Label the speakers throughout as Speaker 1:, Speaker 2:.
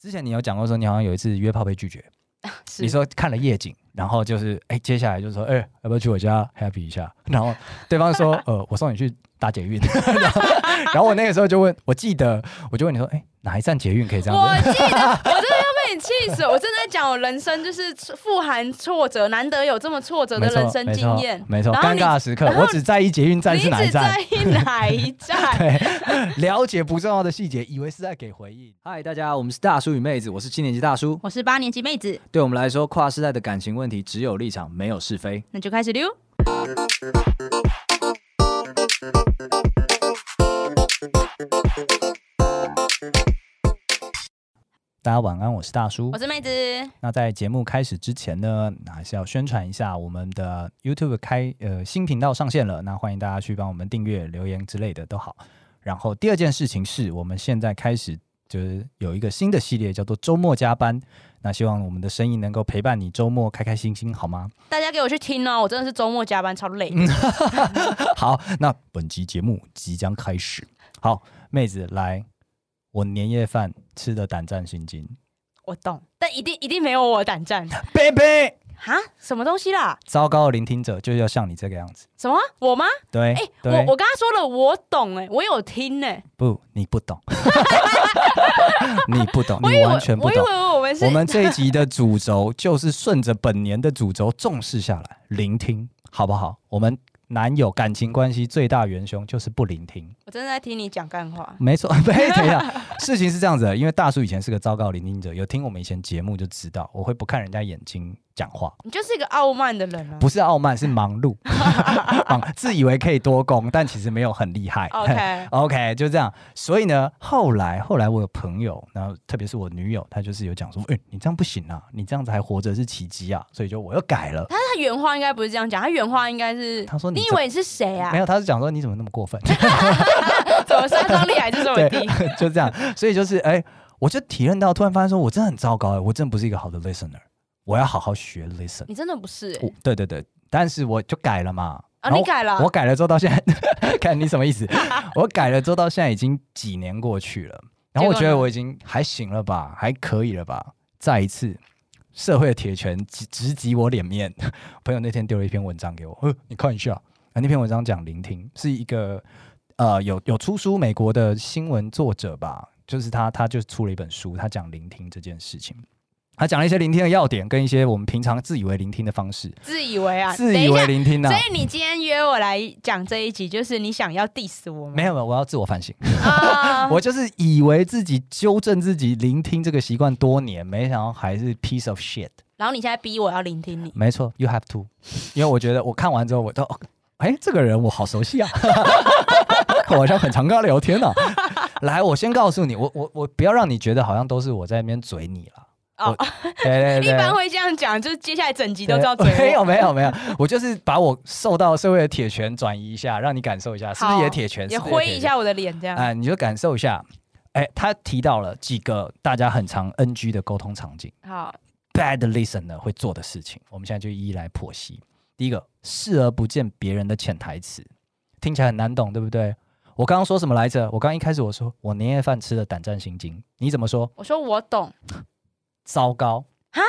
Speaker 1: 之前你有讲过说，你好像有一次约炮被拒绝，
Speaker 2: 是
Speaker 1: 你说看了夜景，然后就是哎、接下来就说哎、要不要去我家 happy 一下？然后对方说呃，我送你去搭捷运。 然后然后我那个时候就问，我记得我就问你说，哎、哪一站捷运可以这
Speaker 2: 我
Speaker 1: 样子？
Speaker 2: 记得，我真的要被你气死！我正在讲我人生就是富含挫折，难得有这么挫折的
Speaker 1: 没错
Speaker 2: 人生经验，
Speaker 1: 没错，没错
Speaker 2: 然后
Speaker 1: 尴
Speaker 2: 你
Speaker 1: 尬的时刻，
Speaker 2: 然后
Speaker 1: 我只在意捷运站
Speaker 2: 你
Speaker 1: 是哪一
Speaker 2: 只
Speaker 1: 站
Speaker 2: 在。意哪一站？
Speaker 1: 对，了解不重要的细节，以为是在给回应。
Speaker 3: 嗨，大家，我们是大叔与妹子，我是七年级大叔。
Speaker 4: 我是八年级妹子，
Speaker 3: 对我们来说，跨世代的感情问题只有立场，没有是非。
Speaker 4: 那就开始溜。
Speaker 1: 大家晚安，我是大叔
Speaker 4: 我。是妹子，
Speaker 1: 那在节目开始之前呢，还是要宣传一下我们的 YouTube 开呃新频道上线了，那欢迎大家去帮我们订阅、留言之类的都好。然后第二件事情是我们现在开始就是有一个新的系列叫做周末加班，那希望我们的声音能够陪伴你周末开开心心，好吗？
Speaker 2: 大家给我去听哦！我真的是周末加班超累
Speaker 1: 嗯
Speaker 2: 的。
Speaker 1: 好，那本集节目即将开始。好，妹子来，我年夜饭吃的胆战心惊
Speaker 2: 我懂，但一定一定没有我的 胆战
Speaker 1: ，baby，
Speaker 2: 哈，什么东西啦？
Speaker 1: 糟糕的聆听者就是要像你这个样子，
Speaker 2: 什么？我吗？
Speaker 1: 对，
Speaker 2: 哎、
Speaker 1: 对
Speaker 2: 我我刚刚说了，我懂哎、我有听哎、
Speaker 1: 不，你不 懂，你不懂，
Speaker 2: 我以
Speaker 1: 你
Speaker 2: 为
Speaker 1: 完全不
Speaker 2: 我以
Speaker 1: 懂。
Speaker 2: 为我们是
Speaker 1: 我们这一集的主轴就是顺着本年的主轴重视下来，聆听，好不好？我们男友感情关系最大元凶就是不聆听，
Speaker 2: 我真的在听你讲干话。
Speaker 1: 没错。 没等一下，事情是这样子的，因为大叔以前是个糟糕的聆听者，有听我们以前节目就知道，我会不看人家眼睛讲话，
Speaker 2: 你就是一个傲慢的人啊！
Speaker 1: 不是傲慢，是忙碌， 忙自以为可以多功，但其实没有很厉害。
Speaker 2: OK，
Speaker 1: OK，就这样。所以呢，后来后来我有朋友，然后特别是我女友，她就是有讲说，哎、你这样不行啊，你这样子还活着是奇迹啊，所以就我又改了。
Speaker 2: 但是他原话应该不是这样讲，他原话应该是
Speaker 1: 他说你
Speaker 2: 你以
Speaker 1: 这
Speaker 2: 为你是谁啊
Speaker 1: 没？有，她是讲说你怎么那么过分，
Speaker 2: 怎么杀伤力还是这么
Speaker 1: 对
Speaker 2: 低？，
Speaker 1: 就这样。所以就是哎、我就体认到，突然发现说我真的很糟糕、哎，我真的不是一个好的 listener，我要好好学 listen。
Speaker 2: 你真的不是、欸
Speaker 1: 我对对对，但是我就改了嘛。
Speaker 2: 啊？
Speaker 1: 然后
Speaker 2: 你改了？
Speaker 1: 我改了之后到现在， 看你什么意 思？我改了之后到现在已经几年过去了，然后我
Speaker 2: 结
Speaker 1: 觉
Speaker 2: 果呢
Speaker 1: 得我已经还行了吧，还可以了吧。再一次，社会的铁拳直直击我脸面。 朋友那天丢了一篇文章给我，呃，你看一下。啊、那篇文章讲聆听，是一个呃有有出书美国的新闻作者吧，就是他他就出了一本书，他讲聆听这件事情。他讲了一些聆听的要点，跟一些我们平常自以为聆听的方式，
Speaker 2: 自以为啊，
Speaker 1: 自以为
Speaker 2: 等一
Speaker 1: 聆听呐、
Speaker 2: 下。所以你今天约我来讲这一集，就是你想要 diss 我吗？
Speaker 1: 没有没有，我要自我反省。
Speaker 2: 啊，
Speaker 1: 我就是以为自己纠正自己聆听这个习惯多年，没想到还是 piece of shit。
Speaker 2: 然后你现在逼我要聆听你，
Speaker 1: 没错，you have to，因为我觉得我看完之后，我都，哦哎、这个人我好熟悉啊， 我好像很常跟他聊天啊。来，我先告诉你，我我我不要让你觉得好像都是我在那边嘴你了。
Speaker 2: 哦
Speaker 1: 我，对对
Speaker 2: 一般
Speaker 1: 对。
Speaker 2: 会这样讲，就是接下来整集
Speaker 1: 对
Speaker 2: 都知道嘴我
Speaker 1: 没有没有没有，我就是把我受到社会的铁拳转移一下，让你感受一下，是不是
Speaker 2: 好
Speaker 1: 也铁拳？
Speaker 2: 也
Speaker 1: 是不是
Speaker 2: 挥
Speaker 1: 铁
Speaker 2: 一
Speaker 1: 拳
Speaker 2: 下我的脸这样。
Speaker 1: 哎、你就感受一下。哎，他提到了几个大家很常 NG 的沟通场景
Speaker 2: 好，
Speaker 1: ，bad listener 会做的事情，我们现在就一一来剖析。第一个，视而不见别人的潜台词，听起来很难懂，对不对？我刚刚说什么来着？我刚一开始我说我年夜饭吃的胆战心惊，你怎么说？
Speaker 2: 我说我懂，
Speaker 1: 糟糕啊！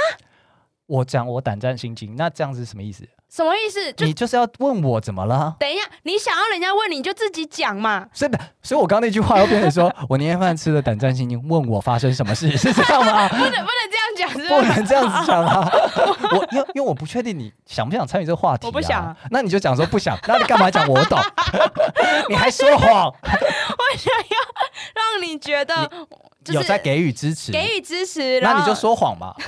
Speaker 1: 我讲我胆战心惊，那这样子是什么意思？
Speaker 2: 什么意思？就
Speaker 1: 你就是要问我怎么了？
Speaker 2: 等一下，你想要人家问你，你就自己 讲嘛。
Speaker 1: 所以，所以我刚刚那句话又变成说我年夜饭吃的胆战心惊，问我发生什么事，是这样吗？
Speaker 2: 不能不能这样讲，是
Speaker 1: 不
Speaker 2: 不是？
Speaker 1: 能这样子讲 啊！我因为因为我不确定你想不想参与这个话题、啊，
Speaker 2: 我不想啊
Speaker 1: 那你就讲说不想，那你干嘛讲我 懂？你还说谎，
Speaker 2: 我想要让你觉得就是
Speaker 1: 有在给予支持，
Speaker 2: 给予支持，然
Speaker 1: 那
Speaker 2: 后
Speaker 1: 你就说谎嘛。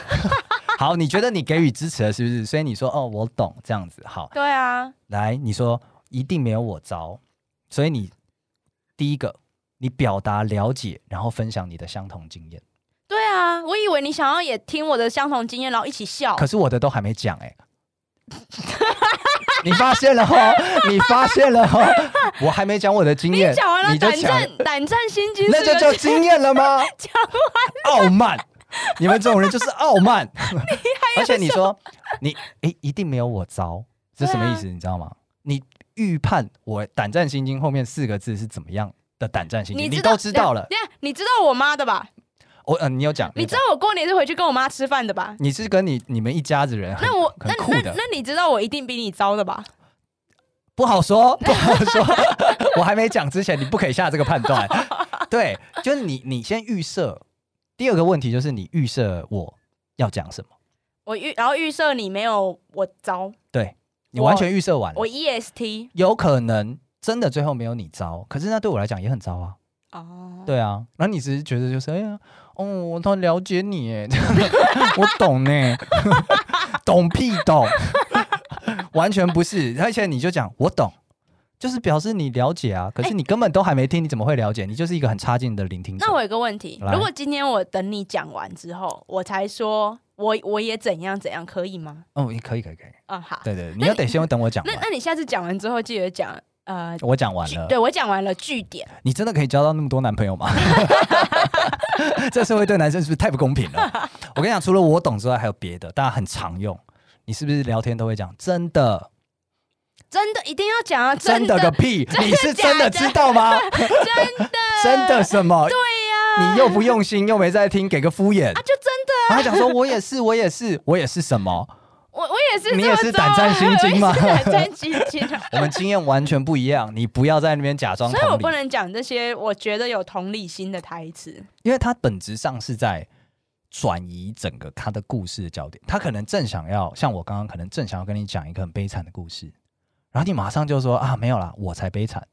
Speaker 1: 好，你觉得你给予支持了是不是？所以你说哦，我懂这样子。好，
Speaker 2: 对啊，
Speaker 1: 来，你说一定没有我糟，所以你第一个，你表达了解，然后分享你的相同经验。
Speaker 2: 对啊，我以为你想要也听我的相同经验，然后一起笑。
Speaker 1: 可是我的都还没讲哎、 你发现了 哈？你发现了哈？我还没讲我的经
Speaker 2: 你
Speaker 1: 验，
Speaker 2: 讲完了
Speaker 1: 你就
Speaker 2: 胆
Speaker 1: 讲，
Speaker 2: 战胆战心惊，
Speaker 1: 那
Speaker 2: 是
Speaker 1: 就
Speaker 2: 不
Speaker 1: 叫
Speaker 2: 是
Speaker 1: 经验了吗？
Speaker 2: 讲
Speaker 1: 傲慢，你们这种人就是傲慢。而且你说你诶、一定没有我糟，这什么意
Speaker 2: 啊
Speaker 1: 思？你知道吗？你预判我胆战心惊后面四个字是怎么样的胆战心惊，
Speaker 2: 你
Speaker 1: 你都知道
Speaker 2: 哎
Speaker 1: 了。
Speaker 2: 等一下你知道我妈的吧？
Speaker 1: 我嗯、呃你有讲，
Speaker 2: 你
Speaker 1: 有
Speaker 2: 知
Speaker 1: 讲
Speaker 2: 道我过年是回去跟我妈吃饭的吧？
Speaker 1: 你是跟你你们一家子人很，
Speaker 2: 那我
Speaker 1: 很
Speaker 2: 那
Speaker 1: 酷
Speaker 2: 那
Speaker 1: 的，
Speaker 2: 那你知道我一定比你糟的吧？
Speaker 1: 不好说，不好说。 我还没讲之前，你不可以下这个判断。对，就是你你先预设。第二个问题就是你预设我要讲什么，
Speaker 2: 我预然后预设你没有我糟，
Speaker 1: 你
Speaker 2: 我
Speaker 1: 完全预设完了
Speaker 2: 我 E EST
Speaker 1: 有可能真的最后没有你糟，可是那对我来讲也很糟啊。
Speaker 2: 哦，
Speaker 1: 对啊，然后你只是觉得就是哎呀，哦，我都了解你 哎，我懂呢， 懂屁懂，完全不是。而且你就讲我懂，就是表示你了解
Speaker 2: 哎
Speaker 1: 啊，可是你根本都还没听，你怎么会了解？你就是一个很差劲的聆听者。
Speaker 2: 那我有个问题，
Speaker 1: 来
Speaker 2: 如果今天我等你讲完之后，我才说我我也怎样怎样，可以吗？
Speaker 1: 嗯，可以可以可以，
Speaker 2: 嗯，好。
Speaker 1: 对对，你要得先等我讲
Speaker 2: 那
Speaker 1: 完
Speaker 2: 那，你下次讲完之后记得讲呃，
Speaker 1: 我讲完
Speaker 2: 据
Speaker 1: 了，
Speaker 2: 对我讲完了据点，
Speaker 1: 你真的可以交到那么多男朋友 吗？这社会对男生是不是太不公平了？我跟你讲，除了我懂之外，还有别的，大家很常用。你是不是聊天都会讲真的？
Speaker 2: 真的一定要讲啊，
Speaker 1: 真
Speaker 2: 的
Speaker 1: 的个屁！你是真的
Speaker 2: 假的
Speaker 1: 知道吗？
Speaker 2: 真的
Speaker 1: 真的什么？
Speaker 2: 对呀、
Speaker 1: 你又不用心，又没在听，给个敷衍。
Speaker 2: 啊，就真的
Speaker 1: 然后讲说，我也是，我也是，我也是什么？
Speaker 2: 我我也是这么
Speaker 1: 你
Speaker 2: 做啊，
Speaker 1: 也是胆战心惊吗
Speaker 2: 我也是胆战心惊啊，
Speaker 1: 我们经验完全不一样，你不要在那边假装
Speaker 2: 所以我
Speaker 1: 同
Speaker 2: 不
Speaker 1: 理，
Speaker 2: 能讲这些我觉得有同理心的台词。
Speaker 1: 因为他本质上是在转移整个他的故事的焦点。他可能正想要像我刚刚，可能正想要跟你讲一个很悲惨的故事，然后你马上就说啊，没有啦，我才悲惨，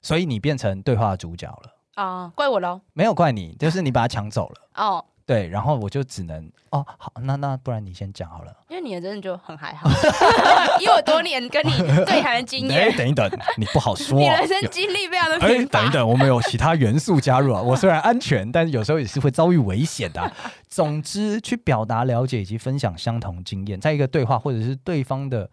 Speaker 1: 所以你变成对话的主角了。
Speaker 2: 啊、怪我喽！
Speaker 1: 没有怪你，就是你把他抢走了。
Speaker 2: 哦，
Speaker 1: 对，然后我就只能哦，好，那那不然你先讲好了。
Speaker 2: 因为你的真的就很还好， 以我多年跟你对谈的经
Speaker 1: 哎，
Speaker 2: 验，
Speaker 1: 等一等， 你不好说
Speaker 2: 你
Speaker 1: 啊、
Speaker 2: 人生经历非常的
Speaker 1: 有哎，
Speaker 2: 贫
Speaker 1: 等一
Speaker 2: 乏。
Speaker 1: 等，我们有其他元素加入啊。我虽然安全，但是有时候也是会遭遇危险的啊、总之，去表达、了解以及分享相同经验，在一个对话或者是对方的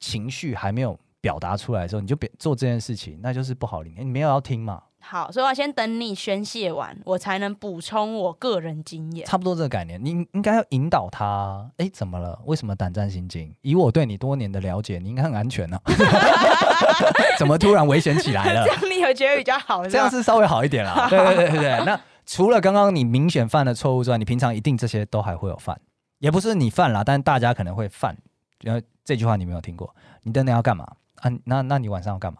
Speaker 1: 情绪还没有表达出来的时候，你就别做这件事情，那就是不好聆听。你没有要听嘛，
Speaker 2: 好，所以我要先等你宣泄完，我才能补充我个人经 验。
Speaker 1: 差不多这个概念，你应应该要引导他。哎，怎么了？为什么胆战心惊？以我对你多年的了解，你应该很安全呢、啊 怎么突然危险起来了
Speaker 2: 这？样你有觉得比 较好？
Speaker 1: 这样
Speaker 2: 吧
Speaker 1: 是稍微好一点 啦。对对对对对。那除了刚刚你明显犯的错误之外，你平常一定这些都还会有犯，也不是你犯啦，但大家可能会犯。然后这句话你没有听过，你等等要干嘛啊？那那你晚上要干嘛？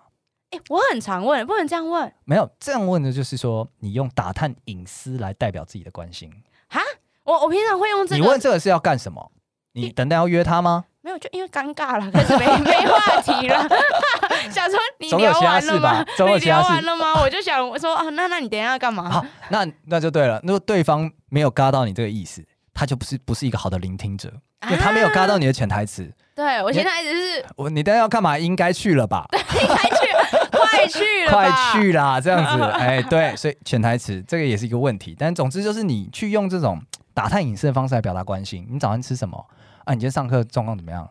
Speaker 2: 哎、我很常问，不能这样问
Speaker 1: 没有这样问的，就是说你用打探隐私来代表自己的关心。
Speaker 2: 哈。我我平常会用这
Speaker 1: 你
Speaker 2: 个，
Speaker 1: 问这个是要干什么？你等等要约他吗？
Speaker 2: 没有就因为尴尬了，开始没没话题了。 想说你
Speaker 1: 总有
Speaker 2: 聊
Speaker 1: 其他
Speaker 2: 完了
Speaker 1: 事吧
Speaker 2: 吗？
Speaker 1: 总有
Speaker 2: 你
Speaker 1: 其他
Speaker 2: 聊
Speaker 1: 事
Speaker 2: 完了吗？我就想说啊，那那你等一下要干嘛？
Speaker 1: 好，那那就对了。如果对方没有嘎到你这个意思，他就不是不是一个好的聆听者，
Speaker 2: 啊
Speaker 1: 因为他没有嘎到你的潜台词。
Speaker 2: 对我现在一直是
Speaker 1: 我你等等要干嘛？应该去了吧？
Speaker 2: 应该去，快去了
Speaker 1: 快
Speaker 2: 吧，
Speaker 1: 去啦，这样子，哎，对，所以潜台词这个也是一个问题，但总之就是你去用这种打探隐私的方式来表达关心。你早上吃什么啊？你今天上课状况怎么样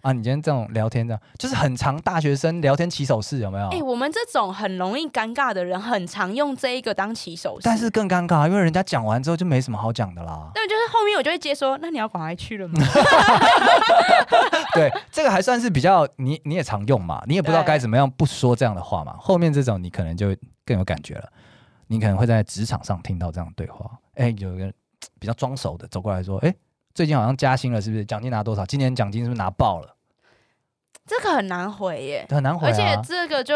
Speaker 1: 啊？你今天这种聊天这样，就是很常大学生聊天起手式有没有？
Speaker 2: 哎、我们这种很容易尴尬的人，很常用这一个当起手式。。
Speaker 1: 但是更尴尬，因为人家讲完之后就没什么好讲的啦
Speaker 2: 对，就是后面我就会接说，那你要赶快去了吗？
Speaker 1: 对，这个还算是比较你你也常用嘛，你也不知道
Speaker 2: 对
Speaker 1: 该怎么样不说这样的话嘛。后面这种你可能就更有感觉了，你可能会在职场上听到这样的对话。哎、有一个比较装熟的走过来说，哎、最近好像加薪了，是不是？奖金拿多少？今年奖金是不是拿爆了？
Speaker 2: 这个很难回耶，
Speaker 1: 很难回
Speaker 2: 而且
Speaker 1: 答，
Speaker 2: 这个就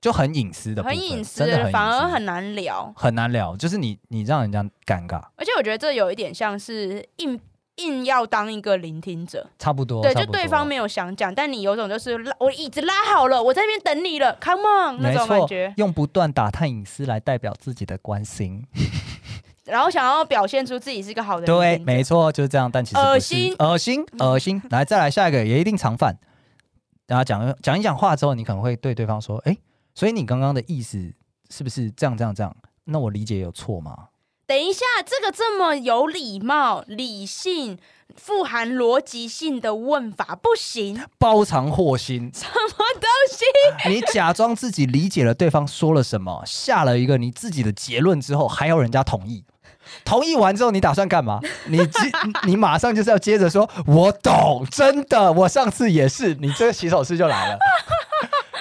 Speaker 1: 就很隐私啊的部分，
Speaker 2: 很隐私
Speaker 1: 真的很隐私
Speaker 2: 反而很难聊。
Speaker 1: 很难聊，就是你你让人家尴尬，
Speaker 2: 而且我觉得这有一点像是硬硬要当一个聆听者，
Speaker 1: 差不多。
Speaker 2: 对，
Speaker 1: 哦差
Speaker 2: 就
Speaker 1: 不多
Speaker 2: 对方没有想讲，但你有种就是拉我椅子拉好了，我在那边等你了，Come on 那
Speaker 1: 没
Speaker 2: 种感
Speaker 1: 错
Speaker 2: 觉，，
Speaker 1: 用不断打探隐私来代表自己的关心。
Speaker 2: 然后想要表现出自己是个好的
Speaker 1: 对，
Speaker 2: 聆听者
Speaker 1: 没错，就是这样。但其实不是
Speaker 2: 恶心
Speaker 1: 恶心，恶 心。来，再来下一个，也一定常犯。然后讲讲一讲话之后，你可能会对对方说：“哎、所以你刚刚的意思是不是这样这样这样？那我理解有错吗
Speaker 2: 等一下，这个这么有礼貌、理性、富含逻辑性的问法不行，什？”
Speaker 1: 包藏祸心，
Speaker 2: 么东西？
Speaker 1: 你假装自己理解了对方说了什么，下了一个你自己的结论之后，还要人家同意。同意完之后，你打算干嘛？你 接你马上就是要接着说，我懂，真的， 我上次也是，你这个洗手式就来了。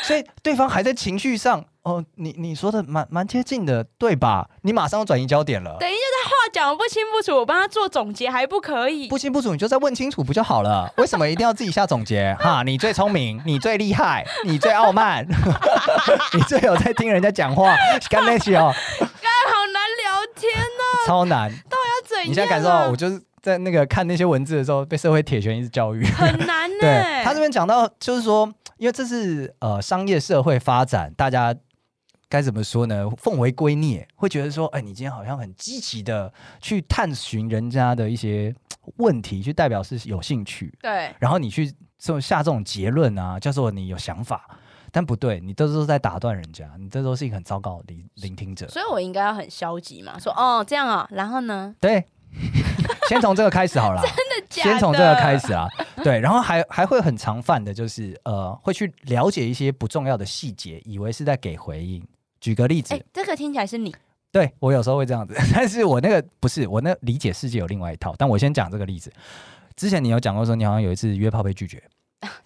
Speaker 1: 所以对方还在情绪上，哦，你你说的蛮蛮接近的，对吧？你马上要转移焦点了，
Speaker 2: 等一下他话讲得不清不楚，我帮他做总结还不可以？
Speaker 1: 不清不楚你就再问清楚不就好了？为什么一定要自己下总结？哈，你最聪明，你最厉害，你最傲慢， 你最有在听人家讲话，干那些哦，
Speaker 2: 哎，好难聊天呢、
Speaker 1: 超难。
Speaker 2: 要怎样、啊？
Speaker 1: 你现在感受到，我就是在那个看那些文字的时候，被社会铁拳一直教育。
Speaker 2: 啊很难欸呢、
Speaker 1: 对他这边讲到，就是说，因为这是呃商业社会发展，大家该怎么说呢？奉为圭臬，会觉得说，哎，你今天好像很积极的去探寻人家的一些嘖问题，去代表是有兴趣，
Speaker 2: 对
Speaker 1: 然后你去这种下这种结论啊，叫做你有想法，但不对，你这都是在打断人家，你这都是一个很糟糕的聆聆听者。
Speaker 2: 所以我应该要很消极嘛，说哦这样啊，然后呢？
Speaker 1: 对， 先从这个开始 好了。
Speaker 2: 假
Speaker 1: 先从这
Speaker 2: 的
Speaker 1: 个开，始啊，对，然后还还会很常犯的就是呃，会去了解一些不重要的细节，以为是在给回应。举个例子，
Speaker 2: 哎、这个听起来是你
Speaker 1: 对我有时候会这样子， 但是我那个不是我那理解世界有另外一套，但我先讲这个例子。之前你有讲过说你好像有一次约炮被拒绝，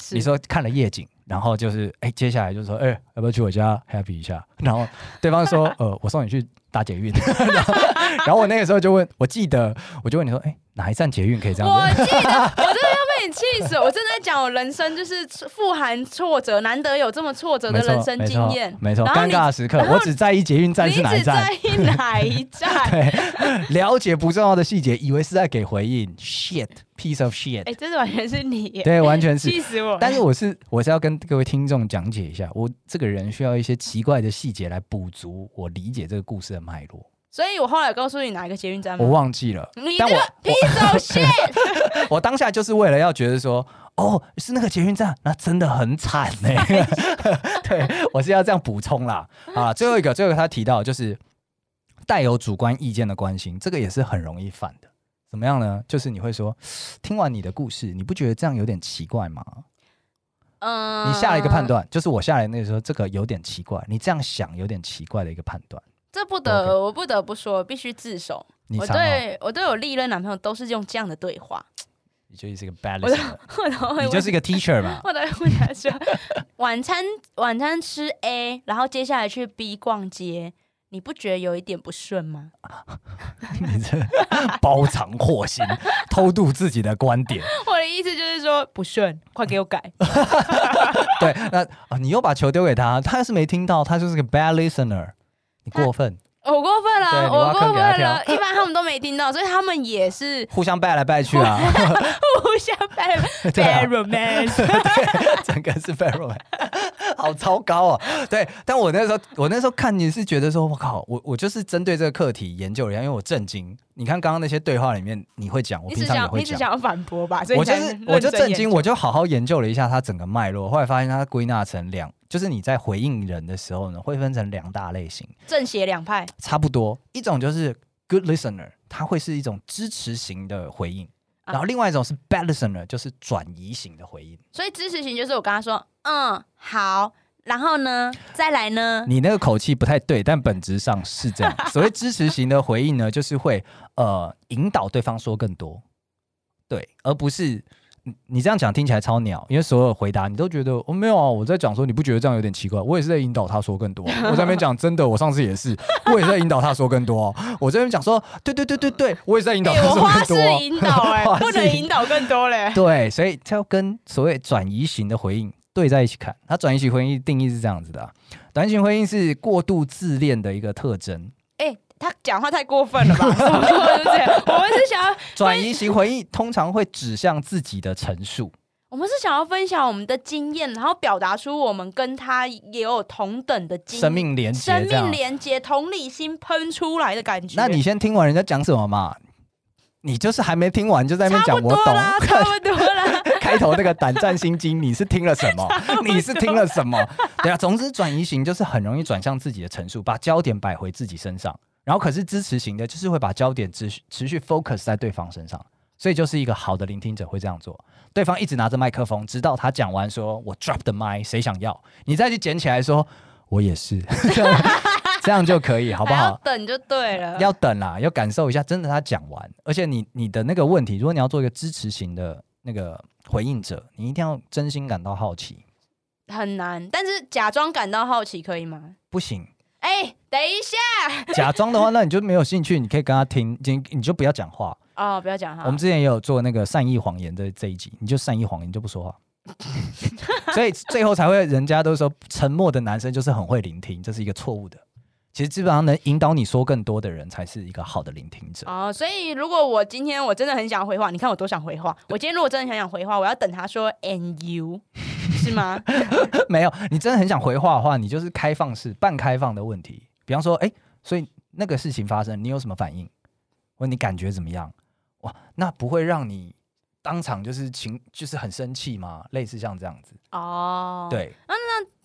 Speaker 2: 是
Speaker 1: 你说看了夜景，然后就是哎、接下来就说哎、要不要去我家 happy 一下？ 然后对方 说呃我送你去搭捷运， 然后然后我那个时候就问，我记得我就问你说哎、哪一站捷运可以这样子
Speaker 2: 我？记得，我真的要被你气死！我正在讲我人生就是富含挫折，难得有这么挫折的
Speaker 1: 没错，
Speaker 2: 人生经验，
Speaker 1: 没错，没错
Speaker 2: 然后
Speaker 1: 尴
Speaker 2: 你
Speaker 1: 尬的时刻
Speaker 2: 然，后
Speaker 1: 我只在意捷运站
Speaker 2: 你
Speaker 1: 是哪一
Speaker 2: 只
Speaker 1: 站
Speaker 2: 在，意哪一 站？
Speaker 1: 对，了解不重要的细节，以为是在给回应，shit piece of shit，、
Speaker 2: 哎，这是完全是你 耶，
Speaker 1: 对，完全是。
Speaker 2: 气死我！
Speaker 1: 但是我是我是要跟各位听众讲解一下，我这个人需要一些奇怪的细节来补足我理解这个故事的脉络。
Speaker 2: 所以我后来告诉你哪一个捷运站
Speaker 1: 我
Speaker 2: 吗？
Speaker 1: 忘记了，
Speaker 2: 你这
Speaker 1: 但
Speaker 2: 个
Speaker 1: 我
Speaker 2: 劈 手线，
Speaker 1: 我当下就是为了要觉得说，哦，是那个捷运站，那真的很惨呢、 对，我是要这样补充啦。啊，最后一个，最后一个他提到就是带有主观意见的关心，这个也是很容易犯的。怎么样呢？就是你会说，听完你的故事，你不觉得这样有点奇怪吗？
Speaker 2: 嗯
Speaker 1: 你下了一个判，断，就是我下来那个时候，这个有点奇怪，你这样想有点奇怪的一个判断。
Speaker 2: 这不得我不得不说，必须自首。
Speaker 1: 你
Speaker 2: 我
Speaker 1: 常哦常
Speaker 2: 对我对我历任男朋友都是用这样的对话，
Speaker 1: 你就是一个 bad
Speaker 2: 我都
Speaker 1: listener，
Speaker 2: 我都会
Speaker 1: 你就是一个 teacher 嘛。
Speaker 2: 后来问他说，晚餐晚餐吃 A，然后接下来去 B 逛街，你不觉得有一点不顺吗？
Speaker 1: 你这 包藏祸心，偷渡自己的观点。
Speaker 2: 我的意思就是说不顺，快给我改。
Speaker 1: 对，那啊，你又把球丢给他，他要是没听到，他就是个 bad listener。你过分，
Speaker 2: 我过分
Speaker 1: 对
Speaker 2: 了，
Speaker 1: 你挖
Speaker 2: 我过
Speaker 1: 坑
Speaker 2: 分
Speaker 1: 给他跳
Speaker 2: 了，一般他们都没听到，所以他们也是
Speaker 1: 互相掰来掰去啊，
Speaker 2: 互 相 bad
Speaker 1: 对啊
Speaker 2: bad romance。
Speaker 1: 整个是 bad romance，好糟糕啊！对，但我那时候，我那时候看你是觉得说，我靠，我我就是针对这个课题研究了一下，因为我震惊。你看刚刚那些对话里面，你会 讲，我
Speaker 2: 你
Speaker 1: 平
Speaker 2: 只
Speaker 1: 常也
Speaker 2: 想
Speaker 1: 会
Speaker 2: 你只
Speaker 1: 讲。
Speaker 2: 想要反驳吧，所以
Speaker 1: 我
Speaker 2: 你
Speaker 1: 就
Speaker 2: 才
Speaker 1: 是
Speaker 2: 认
Speaker 1: 我就
Speaker 2: 真
Speaker 1: 震
Speaker 2: 研
Speaker 1: 惊，
Speaker 2: 究
Speaker 1: 我就好好研究了一下它整个脉络，后来发现它归纳成两，就是你在回应人的时候呢，会分成两大类型，
Speaker 2: 正邪两派。
Speaker 1: 差不多一种就是 good listener，它会是一种支持型的回应。
Speaker 2: 啊
Speaker 1: 然后另外一种是 bad listener，就是转移型的回应。
Speaker 2: 所以支持型就是我跟他说，嗯，好，然后呢，再来呢，
Speaker 1: 你那个口气不太对，但本质上是这样。 所谓支持型的回应呢，就是会呃引导对方说更多，对，而不是你你这样讲听起来超鸟，因为所有回答你都觉得哦没有啊，我在讲说你不觉得这样有点奇怪？我也是在引导他说更多啊、我 在那边讲真的，我上次也是，我也是在引导他说更多哦、我这边讲说对对对对对，我也是在引导
Speaker 2: 欸
Speaker 1: 他
Speaker 2: 我
Speaker 1: 说
Speaker 2: 花
Speaker 1: 更
Speaker 2: 式
Speaker 1: 多哦、
Speaker 2: 引导哎、
Speaker 1: 花式
Speaker 2: 不能引导更多 嘞。
Speaker 1: 对，所以它要跟所谓转移型的回应对在一起看。它转移型回应定义是这样子的、啊，转移型回应是过度自恋的一个特征。
Speaker 2: 哎、他讲话太过分了吧？ 什么对不对？我们是想要，
Speaker 1: 转移型回应通常会指向自己的陈述，
Speaker 2: 我们是想要分享我们的经验，然后表达出我们跟他也有同等的经
Speaker 1: 生命连接
Speaker 2: 生
Speaker 1: 这样
Speaker 2: 命。连接、同理心喷出来的感觉。
Speaker 1: 那你先听完人家讲什么嘛？你就是还没听完就在那边
Speaker 2: 差
Speaker 1: 讲
Speaker 2: 不
Speaker 1: 我
Speaker 2: 多
Speaker 1: 懂，
Speaker 2: 啦，差不多啦。
Speaker 1: 开头那个胆战心惊，你是听了什 么？你是听了什么？对啊，总之转移型就是很容易转向自己的陈述，把焦点摆回自己身上。然后可是支持型的，就是会把焦点持续持续 focus 在对方身上，所以就是一个好的聆听者会这样做。对方一直拿着麦克风，直到他讲完说“我 drop the mic”，谁想要？你再去捡起来说“我也是”， 这样这样就可以，好不
Speaker 2: 还要
Speaker 1: 好？
Speaker 2: 等就对 了。
Speaker 1: 要等啦，要感受一下，真的他讲完，而且你你的那个问题，如果你要做一个支持型的那个回应者，你一定要真心感到好奇，
Speaker 2: 很难，但是假装感到好奇可以吗？
Speaker 1: 不行，
Speaker 2: 哎、等一下
Speaker 1: 假装的话，那你就没有兴趣，你可以跟他听，你你就不要讲话。
Speaker 2: 哦，不要讲哈。
Speaker 1: 我们之前也有做那个善意谎言的这一集，你就善意谎言，你就不说话，所以最后才会人家都说沉默的男生就是很会聆听，这是一个错误的。其实基本上能引导你说更多的人才是一个好的聆听者。
Speaker 2: 哦，所以如果我今天我真的很想回话，你看我多想回话。我今天如果真的很想回话，我要等他说 “and you” 是吗？
Speaker 1: 没有，你真的很想回话的话，你就是开放式、半开放的问题。比方说，哎、所以那个事情发生，你有什么反应？或你感觉怎么样？哇，那不会让你当场就是情就是很生气吗？类似像这样子，
Speaker 2: 哦，。
Speaker 1: 对。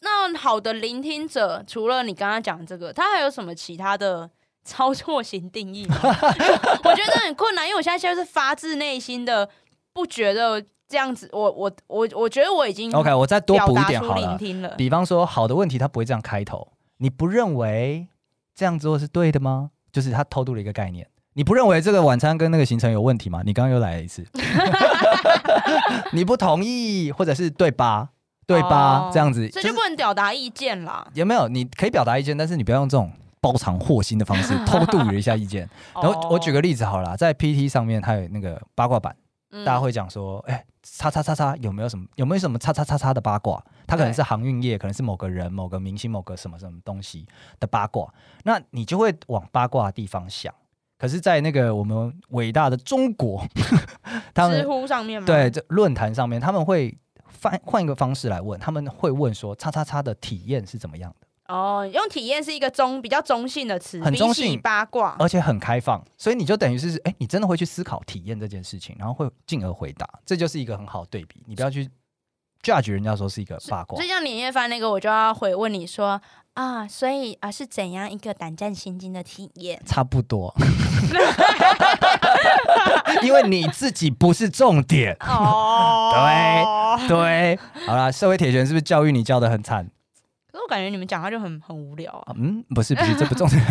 Speaker 2: 那好的聆听者，除了你刚刚讲这个，他还有什么其他的操作型定义吗？ 我觉得很困难，因为我现在就是发自内心的不觉得这样子，我我我我觉得我已经
Speaker 1: OK，我再多
Speaker 2: 嗯表
Speaker 1: 补一
Speaker 2: 达
Speaker 1: 点
Speaker 2: 出
Speaker 1: 好
Speaker 2: 聆
Speaker 1: 了。
Speaker 2: 听了。
Speaker 1: 比方说，好的问题他不会这样开头，你不认为这样做是对的吗？就是他偷渡了一个概念。你不认为这个晚餐跟那个行程有问题吗？你刚刚又来了一 次，你不同意，或者是对吧？对吧？
Speaker 2: 哦
Speaker 1: 这样子，
Speaker 2: 所
Speaker 1: 就
Speaker 2: 以就是不能表达意见啦。
Speaker 1: 有没有？你可以表达意见，但是你不要用这种包藏祸心的方 式偷渡了一下意见。然后我举个例子好了，在 PT 上面还有那个八卦版，
Speaker 2: 嗯，
Speaker 1: 大家会讲说，哎、叉叉叉叉有没有什么有没有什么叉叉叉叉的八卦？它可能
Speaker 2: 对
Speaker 1: 是航运业，可能是某个人、某个明星、某个什么什么东西的八卦，那你就会往八卦的地方想。可是，在那个我们伟大的中国， 他
Speaker 2: 知
Speaker 1: 们
Speaker 2: 乎上面吗？
Speaker 1: 对这论坛上面，他们会换换一个方式来问，他们会问说叉叉叉的体验是怎么样的，
Speaker 2: 哦，用体验是一个中比较中性的词，
Speaker 1: 很中性呃
Speaker 2: 比起八卦。
Speaker 1: 而且很开放，所以你就等于是哎、你真的会去思考体验这件事情，然后会进而回答，这就是一个很好的对比。你不要去 judge 人家说是一个八卦
Speaker 2: 所以，像年夜饭那个，我就要回问你说啊，所以啊是怎样一个胆战心惊的体 验？
Speaker 1: 差不多，因为你自己不是重点。
Speaker 2: 哦，对。
Speaker 1: 对，好啦，社会铁拳是不是教育你教的很惨？
Speaker 2: 可是我感觉你们讲话就很很无聊啊。
Speaker 1: 啊嗯，不是不是，这不重点。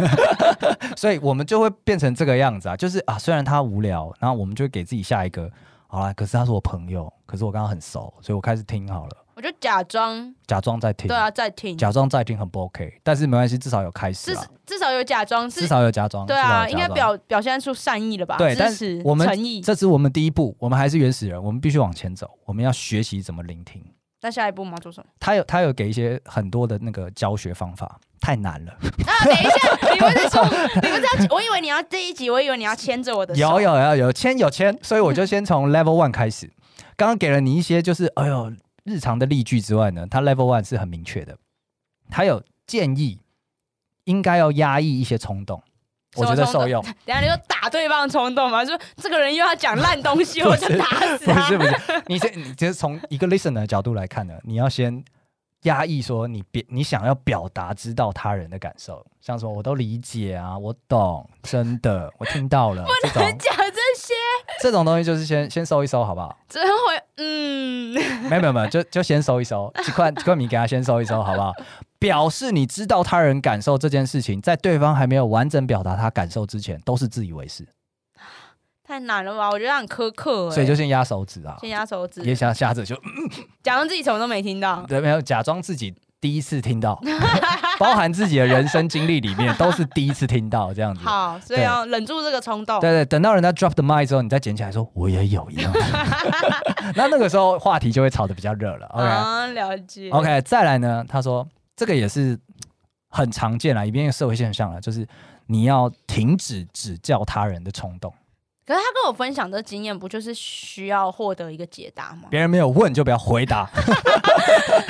Speaker 1: 所以我们就会变成这个样子啊，就是啊，虽然他无聊，然后我们就会给自己下一个，好啦，可是他是我朋友，可是我跟他很熟，所以我开始听好了，
Speaker 2: 我就假装
Speaker 1: 假装在听，
Speaker 2: 对啊，在听，
Speaker 1: 假装在听很不 OK，但是没关系，至少有开始
Speaker 2: 至
Speaker 1: 啊，
Speaker 2: 至少有假装，
Speaker 1: 至
Speaker 2: 至
Speaker 1: 少有假装，
Speaker 2: 对
Speaker 1: 至少
Speaker 2: 啊，
Speaker 1: 有
Speaker 2: 应
Speaker 1: 假装
Speaker 2: 该表表现出善意了吧？
Speaker 1: 对，但
Speaker 2: 支持
Speaker 1: 我们
Speaker 2: 诚意。
Speaker 1: 这是我们第一步，我们还是原始人，我们必须往前走，我们要学习怎么聆听。
Speaker 2: 那下一步吗？做什么？
Speaker 1: 他有他有给一些很多的那个教学方法，太难了。
Speaker 2: 啊，等一下，你不是说你不是要？我以为你要这一集，我以为你要牵着我的手。
Speaker 1: 有有有有签有 签，所以我就先从 level one 开始。刚刚给了你一些就是哎呦日常的例句之外呢，他 level one 是很明确的，他有建议应该要压抑一些冲动，我觉得
Speaker 2: 什么冲动
Speaker 1: 受用。
Speaker 2: 等一下你就打对方的冲动嘛，说这个人又要讲烂 东西，我就打死
Speaker 1: 不
Speaker 2: 他。
Speaker 1: 是不是，你先你就是从一个 listener 的角度来看呢，你要先压抑说你别你想要表达知道他人的感受，像什么我都理解啊，我懂，真的我听到 了，这种
Speaker 2: 讲这些，
Speaker 1: 这种东西就是先先收一收好不好？
Speaker 2: 真会嗯，
Speaker 1: 没有没有没有，就就先收一收，几块几块米给他先收一收好不好？ 表示你知道他人感受这件事情，在对方还没有完整表达他感受之前，都是自以为是，
Speaker 2: 太难了吧？我觉得很苛刻哎。
Speaker 1: 所以就先压手指啊，
Speaker 2: 先压手指，
Speaker 1: 也嗯想瞎子就
Speaker 2: 假装自己什么都没听到。
Speaker 1: 对，没有假装自己第一次听到， 包含自己的人生经历里面都是第一次听到这样子。
Speaker 2: 好，所以
Speaker 1: 对啊
Speaker 2: 要忍住这个冲动。
Speaker 1: 对对，等到人家 drop the mic 之后，你再捡起来说我也有一样的， 那那个时候话题就会吵得比较热了。OK、
Speaker 2: 啊，了解。
Speaker 1: OK，再来呢，他说这个也是很常见啦，一边社会现象了，就是你要停止指教他人的冲动，
Speaker 2: 可是他跟我分享这经验，不就是需要获得一个解答吗？
Speaker 1: 别人没有问就不要回 答。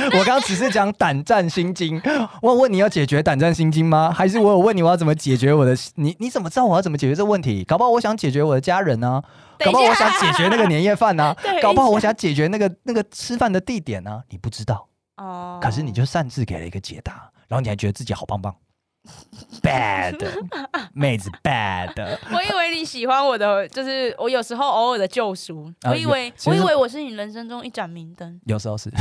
Speaker 1: 我刚刚只是讲胆战心惊，我问你要解决胆战心惊吗？还是我有问你我要怎么解决我的？你你怎么知道我要怎么解决这问题？搞不好我想解决我的家人呢、
Speaker 2: 等
Speaker 1: 搞
Speaker 2: 一
Speaker 1: 不好我
Speaker 2: 下，
Speaker 1: 想解决那个年夜饭呢、
Speaker 2: 等一下
Speaker 1: 搞不好我想解决那个那个吃饭的地点呢、你不知道，
Speaker 2: 哦
Speaker 1: 可是你就擅自给了一个解答，然后你还觉得自己好棒 棒，bad 妹子 bad，
Speaker 2: 我以为你喜欢我的，就是我有时候偶尔的救赎。
Speaker 1: 啊
Speaker 2: 我以为
Speaker 1: 有，其实
Speaker 2: 我以为我是你人生中一盏明灯。
Speaker 1: 有时候是，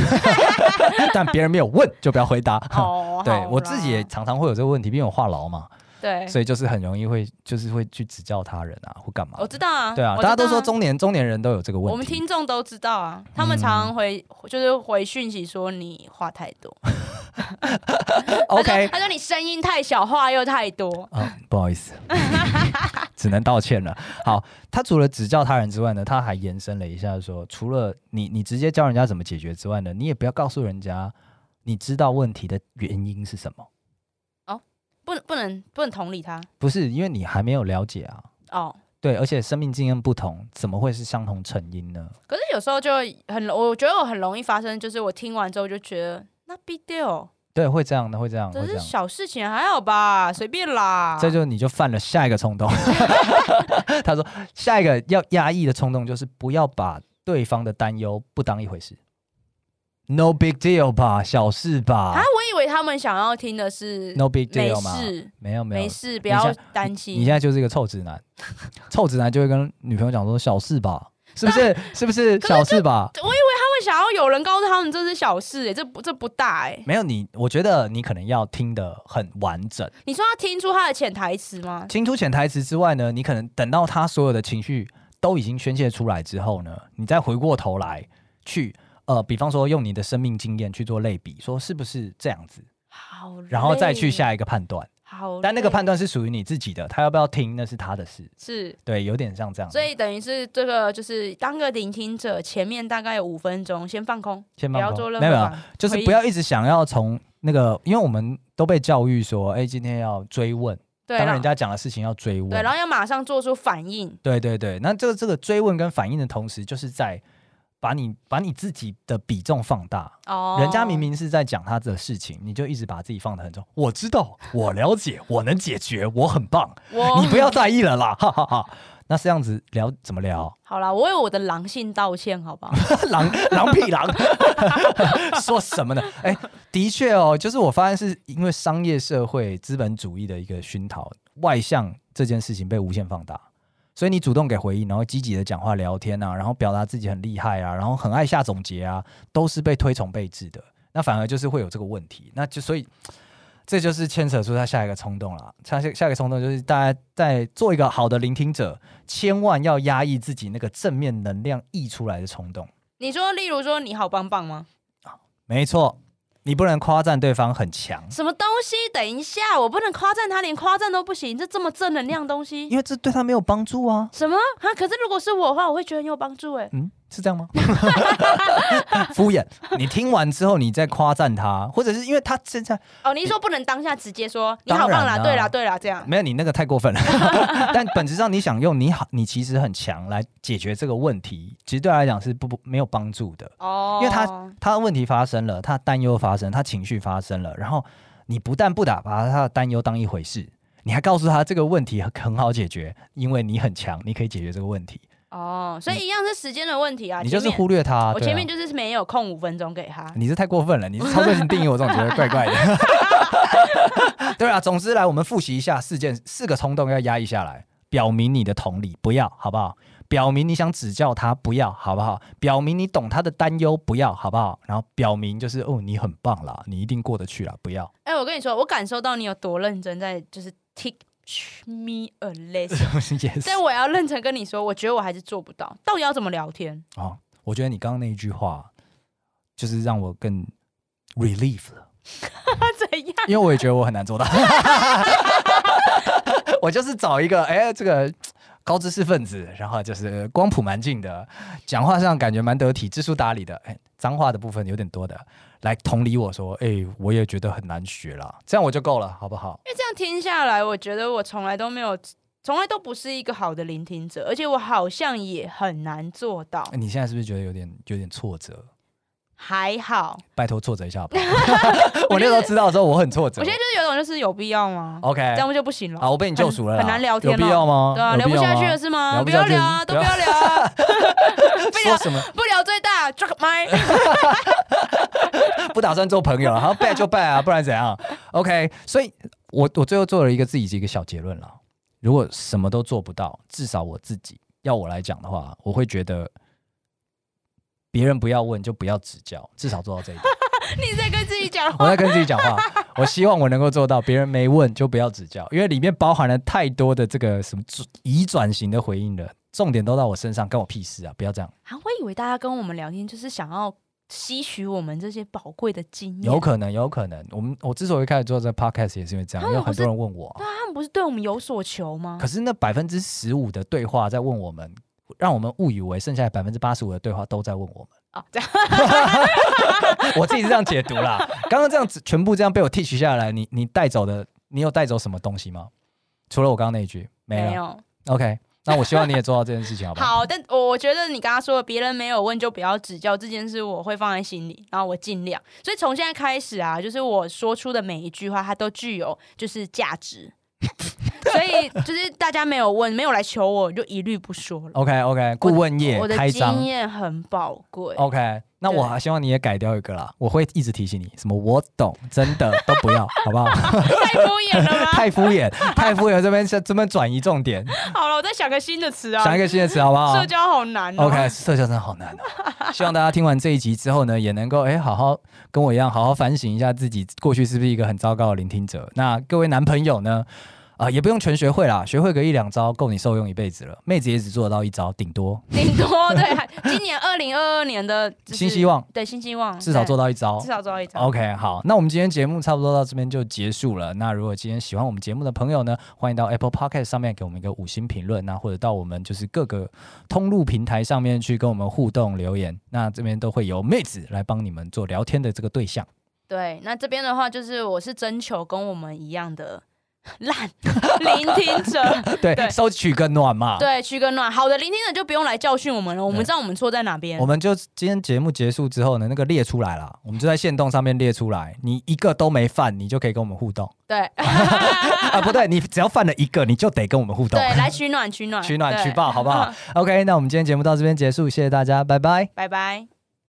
Speaker 1: 但别人没有问就不要回答。，
Speaker 2: 哦
Speaker 1: 对
Speaker 2: 好
Speaker 1: 我自己也
Speaker 2: 啦
Speaker 1: 常常会有这个问题，因为我话痨嘛，
Speaker 2: 对，
Speaker 1: 所以就是很容易会就是会去指教他人啊，或干嘛的。
Speaker 2: 我知道啊，
Speaker 1: 对啊，
Speaker 2: 我知
Speaker 1: 大家都
Speaker 2: 道
Speaker 1: 说
Speaker 2: 啊
Speaker 1: 中年中年人都有这个问题。嗯
Speaker 2: 我们听众都知道啊，他们常常回、就是回讯息说你话太 多他说
Speaker 1: OK，
Speaker 2: 他说你声音太小，话又太多，
Speaker 1: 啊，不好意思， 只能道歉了。好，他除了指教他人之外呢，他还延伸了一下说，除了你你直接教人家怎么解决之外呢，你也不要告诉人家你知道问题的原因是什么，
Speaker 2: 不能不能不能同理他
Speaker 1: 不是因为你还没有了解啊。
Speaker 2: 哦。
Speaker 1: 对，而且生命经验不同，怎么会是相同成因呢？
Speaker 2: 可是有时候就很，我觉得我很容易发生，就是我听完之后就觉得那 big deal，
Speaker 1: 对，会这样的，会这样，会
Speaker 2: 这
Speaker 1: 这
Speaker 2: 是
Speaker 1: 样。
Speaker 2: 小事情，还好吧，随便啦。
Speaker 1: 这就你就犯了下一个冲动。 他说，下一个要压抑的冲动就是不要把对方的担忧不当一回事，no big deal 吧，小事吧
Speaker 2: 啊，我以为他们想要听的是
Speaker 1: ，no big
Speaker 2: 没
Speaker 1: deal 嘛，
Speaker 2: 事
Speaker 1: 没有没
Speaker 2: 没
Speaker 1: 有，
Speaker 2: 事，不
Speaker 1: 你现
Speaker 2: 要
Speaker 1: 在
Speaker 2: 担
Speaker 1: 你现
Speaker 2: 心。
Speaker 1: 在就是一个臭直 男，臭直男就会跟女朋友讲说小事吧，是不是？是不是
Speaker 2: 可是
Speaker 1: 小事吧？
Speaker 2: 他们想要有人告诉他们这是小事、欸，这不这不大哎、
Speaker 1: 没有你，我觉得你可能要听得很完整，
Speaker 2: 你说要听出他的潜台词吗？
Speaker 1: 清出潜台词之外呢，你可能等到他所有的情绪都已经宣泄出来之后呢，你再回过头来去呃，比方说用你的生命经验去做类比，说是不是这样子，
Speaker 2: 好，
Speaker 1: 然后再去，下一个判断。
Speaker 2: 好累，
Speaker 1: 但那个判断是属于你自己的，他要不要听那是他的事。
Speaker 2: 是，
Speaker 1: 对，有点像这样。
Speaker 2: 所以等于是这个就是当个聆听者，前面大概有五分钟，先放空，
Speaker 1: 先
Speaker 2: 不
Speaker 1: 放
Speaker 2: 要
Speaker 1: 空
Speaker 2: 做任
Speaker 1: 没
Speaker 2: 何
Speaker 1: 有没有
Speaker 2: 反应，
Speaker 1: 就是
Speaker 2: 回
Speaker 1: 不
Speaker 2: 应
Speaker 1: 要一直想要从那个，因为我们都被教育说，哎，今天要追问，
Speaker 2: 对
Speaker 1: 当
Speaker 2: 然
Speaker 1: 人家讲的事情要追问。
Speaker 2: 对，然后要马上做出反应，
Speaker 1: 对对对，那这个这个追问跟反应的同时，就是在把你把你自己的比重放大。
Speaker 2: 哦，
Speaker 1: 人家明明是在讲他的事情，你就一直把自己放得很重。我知道，我了解，我能解决，我很棒，
Speaker 2: 我
Speaker 1: 你不要在意了啦，哈哈哈。那这样子聊怎么聊？
Speaker 2: 好啦，我为我的狼性道歉， 好不好？
Speaker 1: 狼狼屁狼， 说什么呢？哎、的确哦，就是我发现是因为商业社会资本主义的一个熏陶，外向这件事情被无限放大，所以你主动给回应，然后积极的讲话聊天啊，然后表达自己很厉害啊，然后很爱下总结啊，都是被推崇备至的。那反而就是会有这个问题，那就所以。这就是牵扯出他下一个冲动了。下下下一个冲动就是大家在做一个好的聆听者，千万要压抑自己那个正面能量溢出来的冲动。
Speaker 2: 你说，例如说你好棒棒吗？
Speaker 1: 没错，你不能夸赞对方很强，
Speaker 2: 什么东西？等一下，我不能夸赞他，连夸赞都不行，这这么正能量的东西。
Speaker 1: 因为这对他没有帮助啊。
Speaker 2: 什么啊？可是如果是我的话，我会觉得很有帮助哎。
Speaker 1: 嗯，是这样吗？ 敷衍。你听完之后，你再夸赞他，或者是因为他现在
Speaker 2: 哦，你是说不能当下直接说你
Speaker 1: 当
Speaker 2: 好棒
Speaker 1: 然啊
Speaker 2: 啦，
Speaker 1: 啦
Speaker 2: 对啦，对啦，这样。
Speaker 1: 没有你那个太过分了， 但本质上你想用你好，你其实很强来解决这个问题，其实对他来讲是不不没有帮助的。
Speaker 2: 哦，
Speaker 1: 因为他的问题发生了，他的担忧发生，他情绪发生了，然后你不但不打把他的担忧当一回事，你还告诉他这个问题很很好解决，因为你很强，你可以解决这个问题。
Speaker 2: 哦，所以一样是时间的问题啊。
Speaker 1: 你就是
Speaker 2: 前面
Speaker 1: 忽略他、
Speaker 2: 我
Speaker 1: 对啊
Speaker 2: 前面就是没有空五分钟给他。
Speaker 1: 你是太过分了，你是操作性定义我这种觉得怪怪的。 对啊，总之来，我们复习一下四件四个冲动要压抑下来，表明你的同理，不要好不好？表明你想指教他，不要好不好？表明你懂他的担忧，不要好不好？然后表明就是哦，你很棒啦，你一定过得去啦，不要。
Speaker 2: 哎，我跟你说，我感受到你有多认真在就是 teach me a lesson，
Speaker 1: yes
Speaker 2: 但我要认真跟你说，我觉得我还是做不到。到底要怎么聊天？
Speaker 1: 哦，我觉得你刚刚那一句话，就是让我更 relief 了，
Speaker 2: 他怎样？
Speaker 1: 因为我也觉得我很难做到。 我就是找一个哎，这个高知识分子，然后就是光谱蛮近的，讲话上感觉蛮得体，知书达理的，哎，脏话的部分有点多的，来同理我说，哎，我也觉得很难学啦，这样我就够了，好不好？哎
Speaker 2: 因为这样听下来，我觉得我从来都没有，从来都不是一个好的聆听者，而且我好像也很难做到。
Speaker 1: 哎你现在是不是觉得有点有点挫折？
Speaker 2: 还好，
Speaker 1: 拜托挫折一下吧。 我那时候知道之后，我很挫折。
Speaker 2: 我现在就是有种就是有必要吗？
Speaker 1: 哦 OK，
Speaker 2: 这样不就不行了。
Speaker 1: 啊，我被你救赎了啦
Speaker 2: 很很难聊天
Speaker 1: 有
Speaker 2: 了
Speaker 1: 必要吗？
Speaker 2: 对啊，
Speaker 1: 有
Speaker 2: 聊
Speaker 1: 必
Speaker 2: 不
Speaker 1: 要吗
Speaker 2: 下去了是吗？
Speaker 1: 聊不
Speaker 2: 不
Speaker 1: 下
Speaker 2: 要
Speaker 1: 去
Speaker 2: 聊啊，都不 要聊啊，不
Speaker 1: 说
Speaker 2: 聊
Speaker 1: 什么
Speaker 2: 不聊最大，drop my
Speaker 1: 不打算做朋友了，好拜就拜啊，不然怎样？OK，所以我我最后做了一个自己的一个小结论了。如果什么都做不到，至少我自己要我来讲的话，我会觉得别人不要问就不要指教，至少做到这一点。
Speaker 2: 你在跟自己讲话，
Speaker 1: 我在跟自己讲话，我希望我能够做到，别人没问就不要指教，因为里面包含了太多的这个什么转移转型的回应了，重点都到我身上，干我屁事啊！不要这样，
Speaker 2: 啊，我以为大家跟我们聊天就是想要吸取我们这些宝贵的经验，
Speaker 1: 有可能，有可能，我们我之所以开始做这 podcast 也是因为这样，
Speaker 2: 他
Speaker 1: 因
Speaker 2: 们
Speaker 1: 为很多人问我啊、
Speaker 2: 对啊，他们不是对我们有所求吗
Speaker 1: 可？是那百分之十五的对话在问我们，让我们误以为剩下百分之八十五的对话都在问我们。
Speaker 2: 啊，这样
Speaker 1: 我自己是这样解读啦。刚刚这样子全部这样被我 teach 下来，你你带走的，你有带走什么东西吗？除了我刚刚那一句，没了。
Speaker 2: 有。
Speaker 1: OK，那我希望你也做到这件事情，好不好？
Speaker 2: 好，但我我觉得你刚刚说的别人没有问就不要指教这件事，我会放在心里，然后我尽量。所以从现在开始啊，就是我说出的每一句话，它都具有就是价值。所以就是大家没有问，没有来求我，我就一律不说了。
Speaker 1: OK OK，顾哦问哦业
Speaker 2: 我的
Speaker 1: 开
Speaker 2: 经
Speaker 1: 张。
Speaker 2: 验很宝贵。
Speaker 1: OK，那我
Speaker 2: 对
Speaker 1: 还希望你也改掉一个啦，我会一直提醒你，什么我懂，真的都不要，好不好？
Speaker 2: 太敷衍了吗？
Speaker 1: 太敷衍，太敷衍，这边这边转移重点，
Speaker 2: 好了，我再想个新的词啊。
Speaker 1: 想一个新的词，好不好
Speaker 2: 社交好难哦。
Speaker 1: ？OK，社交真的好难哦。 希望大家听完这一集之后呢，也能够哎、好好跟我一样，好好反省一下自己过去是不是一个很糟糕的聆听者。那各位男朋友呢，啊、也不用全学会啦，学会个一两招够你受用一辈子了。妹子也只做得到一招，顶多
Speaker 2: 顶多对，还今年二零二二年的就是
Speaker 1: 新希，望，
Speaker 2: 对新希望，
Speaker 1: 至少做到一招
Speaker 2: 对，至。少做到一张。
Speaker 1: OK，好，那我们今天节目差不多到这边就结束了。那如果今天喜欢我们节目的朋友呢，欢迎到 Apple Podcast 上面给我们一个五星评论，那或者到我们就是各个通路平台上面去跟我们互动留言。那这边都会由妹子来帮你们做聊天的这个对象。
Speaker 2: 对，那这边的话就是我是征求跟我们一样的 烂聆听 者，
Speaker 1: 对，
Speaker 2: 对
Speaker 1: 收取个暖嘛。，
Speaker 2: 对，取个暖。好的聆听者就不用来教训我们了，我们
Speaker 1: 对
Speaker 2: 知道我们错在哪边
Speaker 1: 我。们就今天节目结束之后呢，那个列出来啦，我们就在线动上面列出来，你一个都没犯，你就可以跟我们互动
Speaker 2: 对
Speaker 1: 啊，不对，你只要犯了一个，你就得跟我们互动
Speaker 2: 对，，来取暖取暖
Speaker 1: 取暖
Speaker 2: 对
Speaker 1: 取爆，好不好？OK，那我们今天节目到这边结束，谢谢大家，拜拜。
Speaker 2: 拜拜。